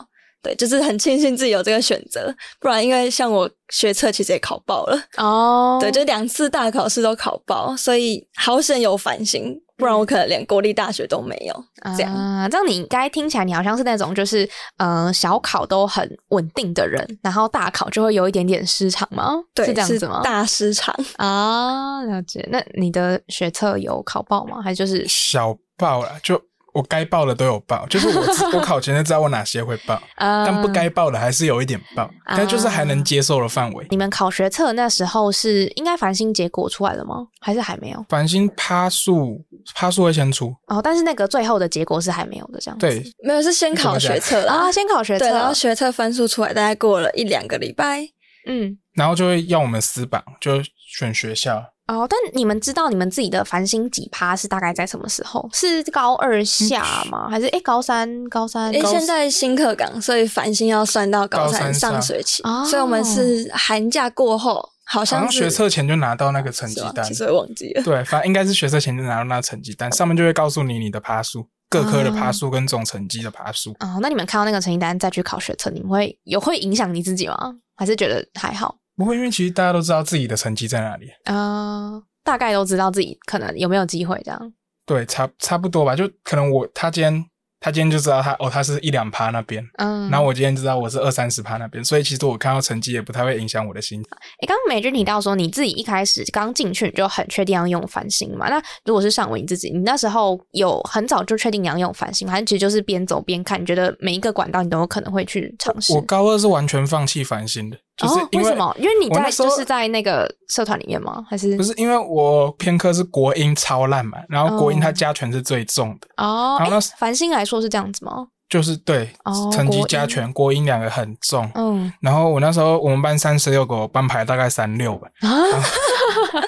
Speaker 1: 对，就是很庆幸自己有这个选择，不然因为像我学测其实也考爆了，
Speaker 2: 哦，
Speaker 1: 对，就两次大考试都考爆，所以好险有繁星，不
Speaker 2: 嗯
Speaker 1: 然我可能连国立大学都没有。这样
Speaker 2: 啊，这样你应该听起来你好像是那种就是呃小考都很稳定的人，然后大考就会有一点点失常吗？
Speaker 1: 对，
Speaker 2: 是这样子吗？
Speaker 1: 大失常，
Speaker 2: 啊，了解。那你的学测有考爆吗？还就是
Speaker 4: 小报啦，就我该报的都有报，就是我 知我考前就知道我哪些会报，
Speaker 1: 嗯
Speaker 2: 啊？
Speaker 4: 但不该报的还是有一点报，但就是还能接受的范围。
Speaker 2: 你们考学测那时候是应该繁星结果出来了吗？还是还没有？
Speaker 4: 繁星趴数趴数会先出，
Speaker 2: 哦，但是那个最后的结果是还没有的，这样子
Speaker 4: 对，
Speaker 1: 没有是先考学测啦，
Speaker 2: 啊，先考学测，
Speaker 1: 对，然后学测分数出来，大概过了一两个礼拜，
Speaker 2: 嗯。
Speaker 4: 然后就会要我们撕榜，就选学校，
Speaker 2: 哦，但你们知道你们自己的繁星几趴是大概在什么时候？是高二下吗？还是诶高三？高三？
Speaker 1: 因为
Speaker 2: 嗯高
Speaker 1: 嗯现在新课纲，所以繁星要算到高
Speaker 4: 高
Speaker 1: 三
Speaker 4: 三上
Speaker 1: 上学期，
Speaker 2: 哦
Speaker 1: 所以我们是寒假过后，好
Speaker 4: 好
Speaker 1: 像
Speaker 4: 像
Speaker 1: 是
Speaker 4: 学测前就拿到那个成绩
Speaker 1: 是吗
Speaker 4: 单
Speaker 1: 其，实我忘记了。
Speaker 4: 对，反正应该是学测前就拿到那个成绩单，上面就会告诉你你的趴数、各科的
Speaker 1: 啊
Speaker 4: 趴数跟总成绩的趴数。
Speaker 2: 哦，那你们看到那个成绩单再去考学测，你们会有会影响你自己吗？还是觉得还好？
Speaker 4: 不会，因为其实大家都知道自己的成绩在哪里，
Speaker 2: 啊、大概都知道自己可能有没有机会这样。
Speaker 4: 对，差差不多吧。就可能我他今天他今天就知道他哦，他是一两趴那边，
Speaker 2: 嗯，
Speaker 4: 然后我今天知道我是二三十趴那边，所以其实我看到成绩也不太会影响我的心情。
Speaker 2: 诶，刚刚美君提到说你自己一开始刚进去你就很确定要用繁星嘛？那如果是上文你自己，你那时候有很早就确定你要用繁星吗？还是其实就是边走边看，你觉得每一个管道你都有可能会去尝试？
Speaker 4: 我高二是完全放弃繁星的，就是
Speaker 2: 哦、
Speaker 4: 因
Speaker 2: 为
Speaker 4: 为,、
Speaker 2: 什么？因为你
Speaker 4: 我
Speaker 2: 在
Speaker 4: 那时候
Speaker 2: 就是在那个社团里面吗？还是
Speaker 4: 不是因为我偏科是国音超烂嘛，然后国音
Speaker 2: 哦
Speaker 4: 它加权是最重的，
Speaker 2: 哦？
Speaker 4: 然后
Speaker 2: 诶
Speaker 4: 那时
Speaker 2: 繁星来说是这样子吗？
Speaker 4: 就是对、
Speaker 2: 哦
Speaker 4: 成绩
Speaker 2: 国
Speaker 4: 加
Speaker 2: 音
Speaker 4: 权，国音两个很重。
Speaker 2: 嗯
Speaker 4: 然后我那时候我们班三十六个，我班排大概三六吧。
Speaker 2: 啊，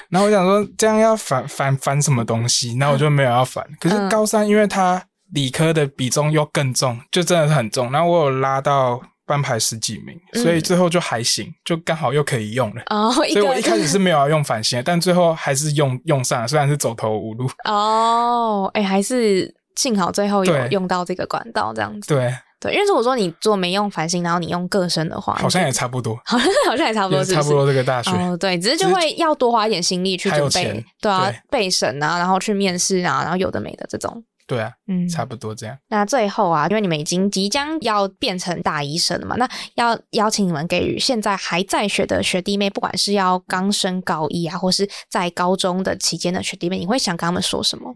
Speaker 4: 然后我想说这样要反反反什么东西，然后我就没有要反。可
Speaker 2: 嗯
Speaker 4: 是高三因为它理科的比重又更重，就真的是很重。然后我有拉到班排十几名，所以
Speaker 2: 嗯
Speaker 4: 最后就还行，就刚好又可以用了。
Speaker 2: 哦，一
Speaker 4: 所以我
Speaker 2: 个
Speaker 4: 一开
Speaker 2: 人
Speaker 4: 始是没有要用反线，但最后还是用用上了，虽然是走投无路。
Speaker 2: 哦，哎、还是幸好最后有
Speaker 4: 对
Speaker 2: 用到这个管道这样子。
Speaker 4: 对，
Speaker 2: 对，因为如果说你做没用繁星，然后你用个身的话，
Speaker 4: 好像
Speaker 2: 你
Speaker 4: 也差不多，
Speaker 2: 好像 好像也差不多
Speaker 4: 也
Speaker 2: 是
Speaker 4: 差
Speaker 2: 是
Speaker 4: 不多这个大学。
Speaker 2: 哦，对，只是就会要多花一点心力去
Speaker 4: 还
Speaker 2: 准
Speaker 4: 有
Speaker 2: 备
Speaker 4: 钱，
Speaker 2: 对啊
Speaker 4: 对，
Speaker 2: 备审啊，然后去面试啊，然后有的没的这种，
Speaker 4: 对啊，
Speaker 2: 嗯，
Speaker 4: 差不多这样。
Speaker 2: 那最后啊，因为你们已经即将要变成大医生了嘛，那要邀请你们给予现在还在学的学弟妹，不管是要刚升高一啊，或是在高中的期间的学弟妹，你会想跟他们说什么？。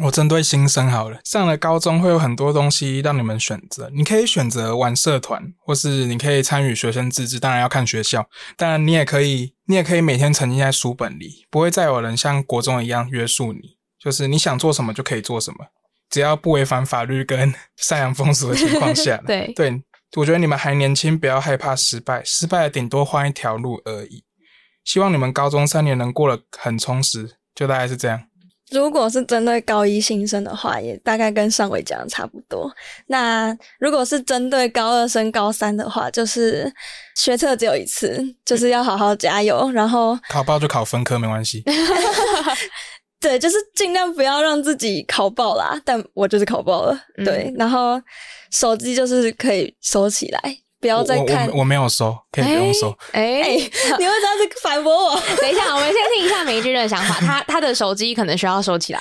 Speaker 4: 我针对新生好了，上了高中会有很多东西让你们选择，你可以选择玩社团，或是你可以参与学生自治，当然要看学校。当然你也可以，你也可以每天沉浸在书本里，不会再有人像国中一样约束你，就是你想做什么就可以做什么，只要不违反法律跟 善良风俗的情况下
Speaker 2: 对
Speaker 4: 对，我觉得你们还年轻，不要害怕失败，失败了顶多换一条路而已。希望你们高中三年能过得很充实，就大概是这样。
Speaker 1: 如果是针对高一新生的话，也大概跟上回讲的差不多。那如果是针对高二升高三的话，就是学测只有一次，就是要好好加油，然后
Speaker 4: 考报就考分科没关系。
Speaker 1: 对，就是尽量不要让自己考爆啦。但我就是考爆了，
Speaker 2: 嗯
Speaker 1: 对。然后手机就是可以收起来，不要再
Speaker 4: 我
Speaker 1: 看
Speaker 4: 我。我没有收，可以不用收。
Speaker 1: 哎、
Speaker 2: 哎，
Speaker 1: 你为啥子反驳我？
Speaker 2: 等一下，我们先听一下梅君的想法。 他他的手机可能需要收起来。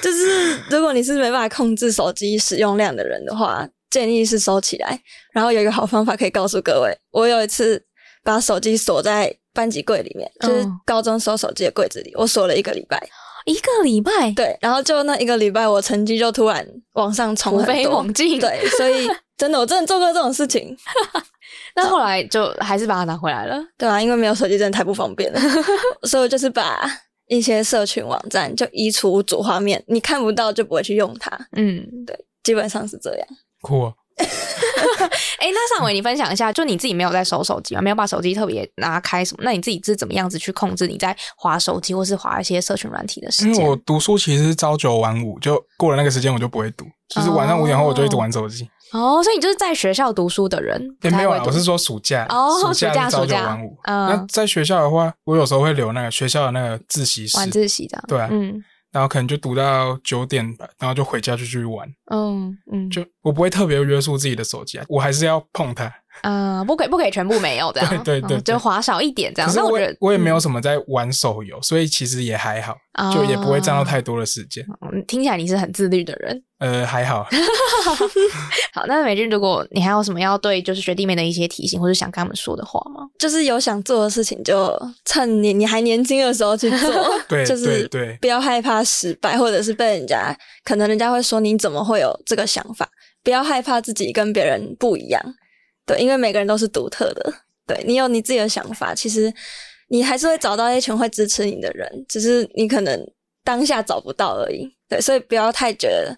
Speaker 1: 就是如果你是没办法控制手机使用量的人的话，建议是收起来。然后有一个好方法可以告诉各位，我有一次把手机锁在班级柜里面，就是
Speaker 2: 嗯
Speaker 1: 高中收手机的柜子里，我锁了一个礼拜。
Speaker 2: 一个礼拜，
Speaker 1: 对，然后就那一个礼拜，我成绩就突然往上冲
Speaker 2: 突
Speaker 1: 很
Speaker 2: 飞
Speaker 1: 多。
Speaker 2: 猛进。，
Speaker 1: 对，所以真的，我真的做过这种事情，
Speaker 2: 那后来就还是把它拿回来了。
Speaker 1: 对啊，因为没有手机真的太不方便了，所以我就是把一些社群网站就移除主画面，你看不到就不会去用它，
Speaker 2: 嗯，
Speaker 1: 基本上是这样。
Speaker 4: 酷哦、
Speaker 2: 哎，那上回你分享一下，就你自己没有在收手机嘛，没有把手机特别拿开什么？那你自己是怎么样子去控制你在划手机或是划一些社群软体的时
Speaker 4: 因为
Speaker 2: 间？
Speaker 4: 我读书其实是朝九晚五，就过了那个时间我就不会读，就是晚上五点后我就一直玩手机。
Speaker 2: 哦，所以你就是在学校读书的人，
Speaker 4: 也没有
Speaker 2: 才
Speaker 4: 啊，
Speaker 2: 会
Speaker 4: 我
Speaker 2: 读
Speaker 4: 是说暑假
Speaker 2: 哦暑假
Speaker 4: 是朝
Speaker 2: 暑
Speaker 4: 九
Speaker 2: 假
Speaker 4: 晚五。
Speaker 2: 嗯
Speaker 4: 那在学校的话，我有时候会留那个学校的那个自习室，
Speaker 2: 晚自习的。
Speaker 4: 对啊
Speaker 2: 嗯
Speaker 4: 然后可能就读到九点吧，然后就回家就继续玩。
Speaker 2: 嗯嗯，
Speaker 4: 就我不会特别约束自己的手机啊，我还是要碰它。
Speaker 2: 啊、不可以不可以全部没有这样，
Speaker 4: 对 对对
Speaker 2: 嗯
Speaker 4: 对
Speaker 2: 就划少一点这
Speaker 4: 可
Speaker 2: 样。
Speaker 4: 是
Speaker 2: 啊那
Speaker 4: 我
Speaker 2: 觉
Speaker 4: 也
Speaker 2: 得
Speaker 4: 我也没有什么在玩手游，所以其实也还好，
Speaker 2: 嗯
Speaker 4: 就也不会占到
Speaker 2: 啊
Speaker 4: 太多的时间。
Speaker 2: 嗯听起来你是很自律的人。
Speaker 4: 呃，还好。，
Speaker 2: 好，那美君，如果你还有什么要对就是学弟妹的一些提醒，或者想跟他们说的话吗？
Speaker 1: 就是有想做的事情，就趁你你还年轻的时候去做
Speaker 4: 对
Speaker 1: 就是
Speaker 4: 对对
Speaker 1: 不要害怕失败，或者是被人家，可能人家会说你怎么会有这个想法，不要害怕自己跟别人不一样，对，因为每个人都是独特的，对你有你自己的想法，其实你还是会找到一群会支持你的人，只是你可能当下找不到而已，对，所以不要太觉得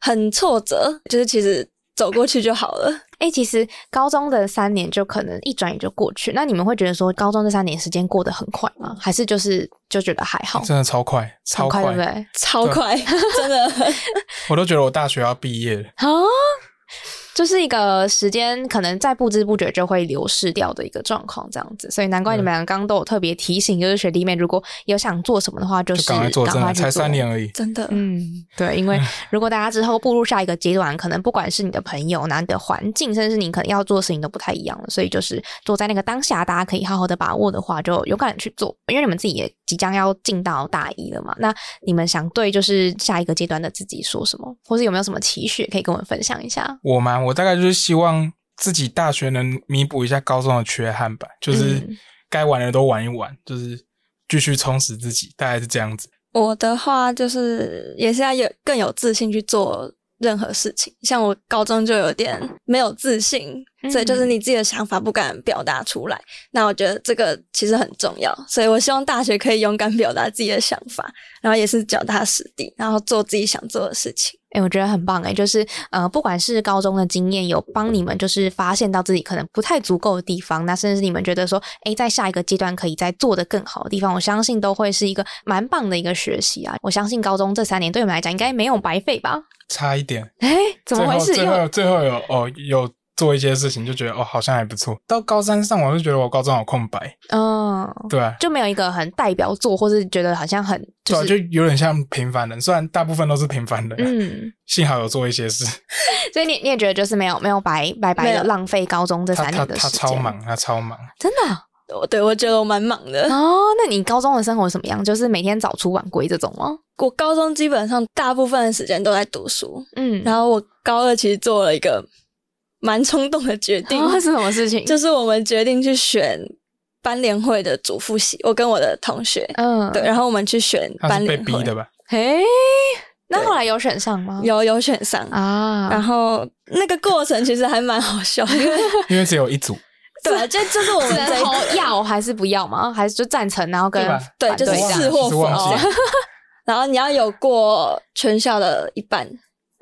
Speaker 1: 很挫折，就是其实走过去就好了。
Speaker 2: 哎、其实高中的三年就可能一转眼就过去，那你们会觉得说高中这三年时间过得很快吗？还是就是就觉得还好，
Speaker 4: 真的超快，超
Speaker 2: 很快
Speaker 4: 快，
Speaker 2: 对不对？
Speaker 1: 超快，真的，
Speaker 4: 我都觉得我大学要毕业了。
Speaker 2: 啊，就是一个时间可能在不知不觉就会流逝掉的一个状况，这样子，所以难怪
Speaker 4: 嗯
Speaker 2: 你们两个刚刚都有特别提醒，就是学弟妹如果有想做什么的话，就是
Speaker 4: 就赶快做，真的
Speaker 2: 去
Speaker 4: 才
Speaker 2: 做
Speaker 4: 三年。而已。
Speaker 1: 真的，
Speaker 2: 嗯，对，因为如果大家之后步入下一个阶段，可能不管是你的朋友、那你的环境，甚至你可能要做的事情都不太一样了，所以就是坐在那个当下，大家可以好好的把握的话，就勇敢地去做，因为你们自己也即将要进到大一了嘛。那你们想对就是下一个阶段的自己说什么，或是有没有什么期许可以跟我们分享一下？
Speaker 4: 我嘛，我大概就是希望自己大学能弥补一下高中的缺憾吧，就是
Speaker 2: 嗯
Speaker 4: 该玩的都玩一玩，就是继续充实自己，大概是这样子。
Speaker 1: 我的话就是也是要有更有自信去做任何事情。像我高中就有点没有自信，
Speaker 2: 嗯
Speaker 1: 所以就是你自己的想法不敢表达出来。那我觉得这个其实很重要，所以我希望大学可以勇敢表达自己的想法，然后也是脚踏实地，然后做自己想做的事情。
Speaker 2: 哎、我觉得很棒哎、就是呃，不管是高中的经验有帮你们，就是发现到自己可能不太足够的地方，那甚至是你们觉得说，哎、在下一个阶段可以再做得更好的地方，我相信都会是一个蛮棒的一个学习啊！我相信高中这三年对你们来讲应该没有白费吧？
Speaker 4: 差一点，
Speaker 2: 哎、怎么回事？
Speaker 4: 最
Speaker 2: 因
Speaker 4: 后
Speaker 2: 为
Speaker 4: 最后最后有哦有做一些事情，就觉得哦好像还不错。到高三上，我就觉得我高中有空白，
Speaker 2: 嗯，
Speaker 4: 对啊，
Speaker 2: 就没有一个很代表作，或是觉得好像很就
Speaker 4: 对啊，
Speaker 2: 是
Speaker 4: 就有点像平凡人，虽然大部分都是平凡人，啊
Speaker 2: 嗯，
Speaker 4: 幸好有做一些事。
Speaker 2: 所以你你也觉得就是没有没有白白白
Speaker 1: 没
Speaker 2: 的
Speaker 1: 有
Speaker 2: 浪费高中这
Speaker 4: 他
Speaker 2: 三
Speaker 4: 他
Speaker 2: 年的时
Speaker 4: 他
Speaker 2: 间，
Speaker 4: 超忙，他超忙，
Speaker 2: 真的啊、
Speaker 1: 我对我觉得我蛮忙的，
Speaker 2: 哦，那你高中的生活怎么样？就是每天早出晚归这种吗？
Speaker 1: 我高中基本上大部分的时间都在读书，
Speaker 2: 嗯然
Speaker 1: 然
Speaker 2: 后
Speaker 1: 后我高二其实做了一个蛮冲动的决定，
Speaker 2: 哦、是什么事情？
Speaker 1: 就是我们决定去选班联会的主复习，我跟我的同学，
Speaker 2: 嗯，
Speaker 1: 对，，然后我们去选
Speaker 4: 他
Speaker 1: 班
Speaker 4: 是被
Speaker 1: 联
Speaker 4: 逼
Speaker 1: 会，
Speaker 4: 的吧？
Speaker 2: 嘿，那后来有选上吗？
Speaker 1: 有有选上。然
Speaker 2: 啊，
Speaker 1: 后那个过程其实还蛮好笑，因为
Speaker 4: 因为只有一组，
Speaker 1: 对，啊就就是我们
Speaker 2: 只
Speaker 1: 这
Speaker 2: 能
Speaker 1: 一
Speaker 2: 投要还是不要吗？还是就赞成，然后跟
Speaker 4: 对吧
Speaker 1: 对，就是
Speaker 2: 反
Speaker 4: 我忘了
Speaker 1: 是或
Speaker 4: 其实
Speaker 1: 否哦
Speaker 4: 忘记了，
Speaker 1: 然后你要有过全校的一半，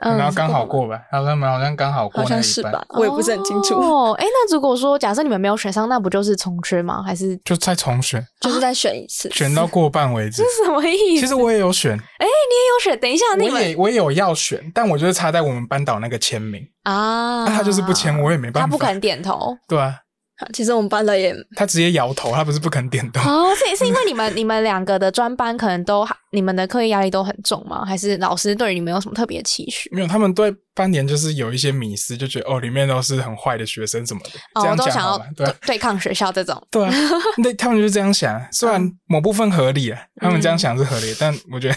Speaker 2: 嗯
Speaker 4: 然后刚好过吧，他们好像刚好过
Speaker 1: 好
Speaker 4: 那
Speaker 1: 像
Speaker 4: 一
Speaker 1: 是
Speaker 4: 半
Speaker 1: 吧？我也不是很清楚，
Speaker 2: 哦，哎，那如果说假设你们没有选上，那不就是重缺吗？还是
Speaker 4: 就再重选，
Speaker 1: 就是再选一次。
Speaker 4: 选到过半为止。
Speaker 2: 什么 意思？
Speaker 4: 其实我也有选，
Speaker 2: 没有选，等一下，那你
Speaker 4: 我
Speaker 2: 们
Speaker 4: 也我也有要选，但我就是插在我们班导那个签名，
Speaker 2: 啊
Speaker 4: 那他就是不签，我也没
Speaker 2: 他
Speaker 4: 办
Speaker 2: 不
Speaker 4: 法
Speaker 2: 肯。点头。
Speaker 4: 对啊，
Speaker 1: 啊其实我们班的也
Speaker 4: 他直接摇头，他不是不肯点头。
Speaker 2: 哦，是是因为你们你们两个的专班可能都你们的课业压力都很重吗？还是老师对你们有什么特别期许？
Speaker 4: 没有，他们对班联就是有一些迷思，就觉得哦，里面都是很坏的学生什么的，这
Speaker 2: 哦，
Speaker 4: 样
Speaker 2: 都
Speaker 4: 讲
Speaker 2: 想
Speaker 4: 好
Speaker 2: 要
Speaker 4: 吗？对啊，
Speaker 2: 对抗学校这种。
Speaker 4: 对啊，那他们就是这样想。啊虽然
Speaker 2: 嗯
Speaker 4: 某部分合理啊，他们这样想是合理，但我觉得，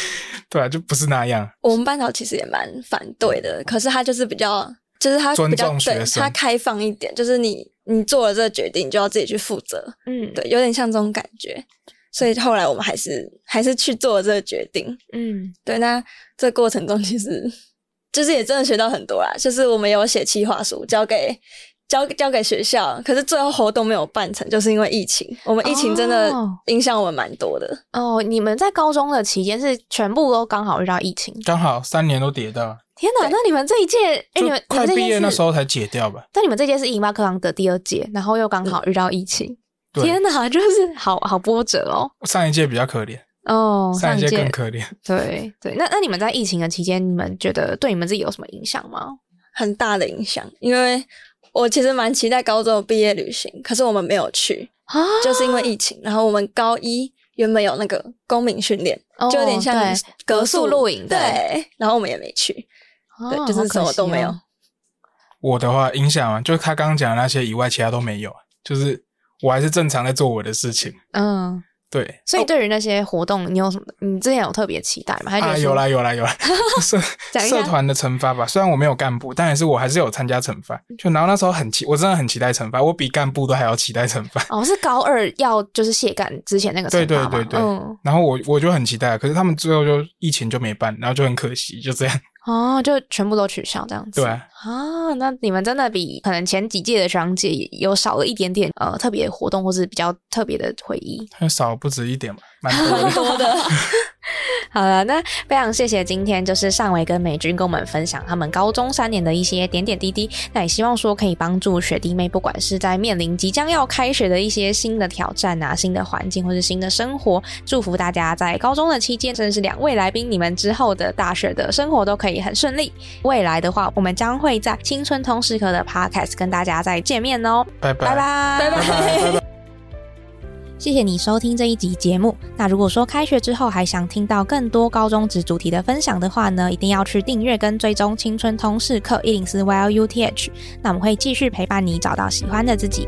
Speaker 4: 对啊，就不是那样。
Speaker 1: 我们班导其实也蛮反对的，可是他就是比较，就是他
Speaker 4: 尊
Speaker 1: 比较
Speaker 4: 重学
Speaker 1: 对
Speaker 4: 生
Speaker 1: 他开放一点，就是你你做了这个决定，你就要自己去负责，
Speaker 2: 嗯，
Speaker 1: 对，有点像这种感觉。所以后来我们还是还是去做了这个决定。
Speaker 2: 嗯，
Speaker 1: 对，那这过程中其实就是也真的学到很多啦，就是我们有写企划书交给。交交给学校，可是最后活动没有办成，就是因为疫情。我们疫情真的
Speaker 2: 哦
Speaker 1: 影响我们蛮多的。
Speaker 2: 哦，你们在高中的期间是全部都刚好遇到疫情，
Speaker 4: 刚好三年都叠到，
Speaker 2: 天哪！那你们这一届，哎，
Speaker 4: 就
Speaker 2: 你们你
Speaker 4: 快
Speaker 2: 们这
Speaker 4: 毕业
Speaker 2: 届
Speaker 4: 那
Speaker 2: 是
Speaker 4: 时候才解掉吧？
Speaker 2: 但你们这届是姨妈课堂的第二届，然后又刚好遇到疫情，
Speaker 4: 对
Speaker 2: 天哪，就是好好波折哦。
Speaker 4: 上一届比较可怜，
Speaker 2: 哦，
Speaker 4: 上
Speaker 2: 上
Speaker 4: 一
Speaker 2: 一
Speaker 4: 届
Speaker 2: 届
Speaker 4: 更可怜。
Speaker 2: 对对，那那你们在疫情的期间，你们觉得对你们自己有什么影响吗？
Speaker 1: 很大的影响，因为我其实蛮期待高中的毕业旅行，可是我们没有去，
Speaker 2: 啊，
Speaker 1: 就是因为疫情。然后我们高一原本有那个公民训练，
Speaker 2: 哦
Speaker 1: 就有点像
Speaker 2: 对格宿露营的
Speaker 1: 对，然后我们也没去，对
Speaker 2: 哦
Speaker 1: 就是什么都没有
Speaker 2: 好可惜哦
Speaker 4: 我的话影响啊，就是他刚刚讲的那些以外，其他都没有，就是我还是正常在做我的事情。
Speaker 2: 嗯，
Speaker 4: 对，
Speaker 2: 所以对于那些活动，你有什么？你之前有特别期待吗？还是觉
Speaker 4: 啊，
Speaker 2: 得
Speaker 4: 有
Speaker 2: 说
Speaker 4: 啦有 啦有啦，社
Speaker 2: 讲一下
Speaker 4: 社团的惩罚吧。虽然我没有干部，但也是我还是有参加惩罚。
Speaker 2: 嗯
Speaker 4: 就然后那时候很期，我真的很期待惩罚，我比干部都还要期待惩罚。
Speaker 2: 哦，是高二要就是卸干之前那个
Speaker 4: 对
Speaker 2: 惩罚
Speaker 4: 对
Speaker 2: 吗
Speaker 4: 对对
Speaker 2: 嗯，
Speaker 4: 然后我我就很期待，啊可是他们最后就疫情就没办，然后就很可惜，就这样。
Speaker 2: 哦，就全部都取消这样子。
Speaker 4: 对啊
Speaker 2: 啊，那你们真的比可能前几届的学长姐有少了一点点呃特别的活动，或是比较特别的回忆。
Speaker 4: 还 少不止一点嘛，蛮 多的。
Speaker 1: 多的。
Speaker 2: 好了，那非常谢谢今天就是尚维跟美君跟我们分享他们高中三年的一些点点滴滴。那也希望说可以帮助学弟妹，不管是在面临即将要开学的一些新的挑战啊、新的环境或是新的生活，祝福大家在高中的期间，甚至是两位来宾你们之后的大学的生活都可以很顺利。未来的话，我们将会在青春通识课的 podcast 跟大家再见面哦，
Speaker 4: 拜
Speaker 2: 拜
Speaker 4: 拜
Speaker 2: 拜，
Speaker 1: 拜拜
Speaker 4: 拜拜拜拜。
Speaker 2: 谢谢你收听这一集节目。那如果说开学之后还想听到更多高中职主题的分享的话呢，一定要去订阅跟追踪青春通识课一零四 YLUTH。那我们会继续陪伴你找到喜欢的自己。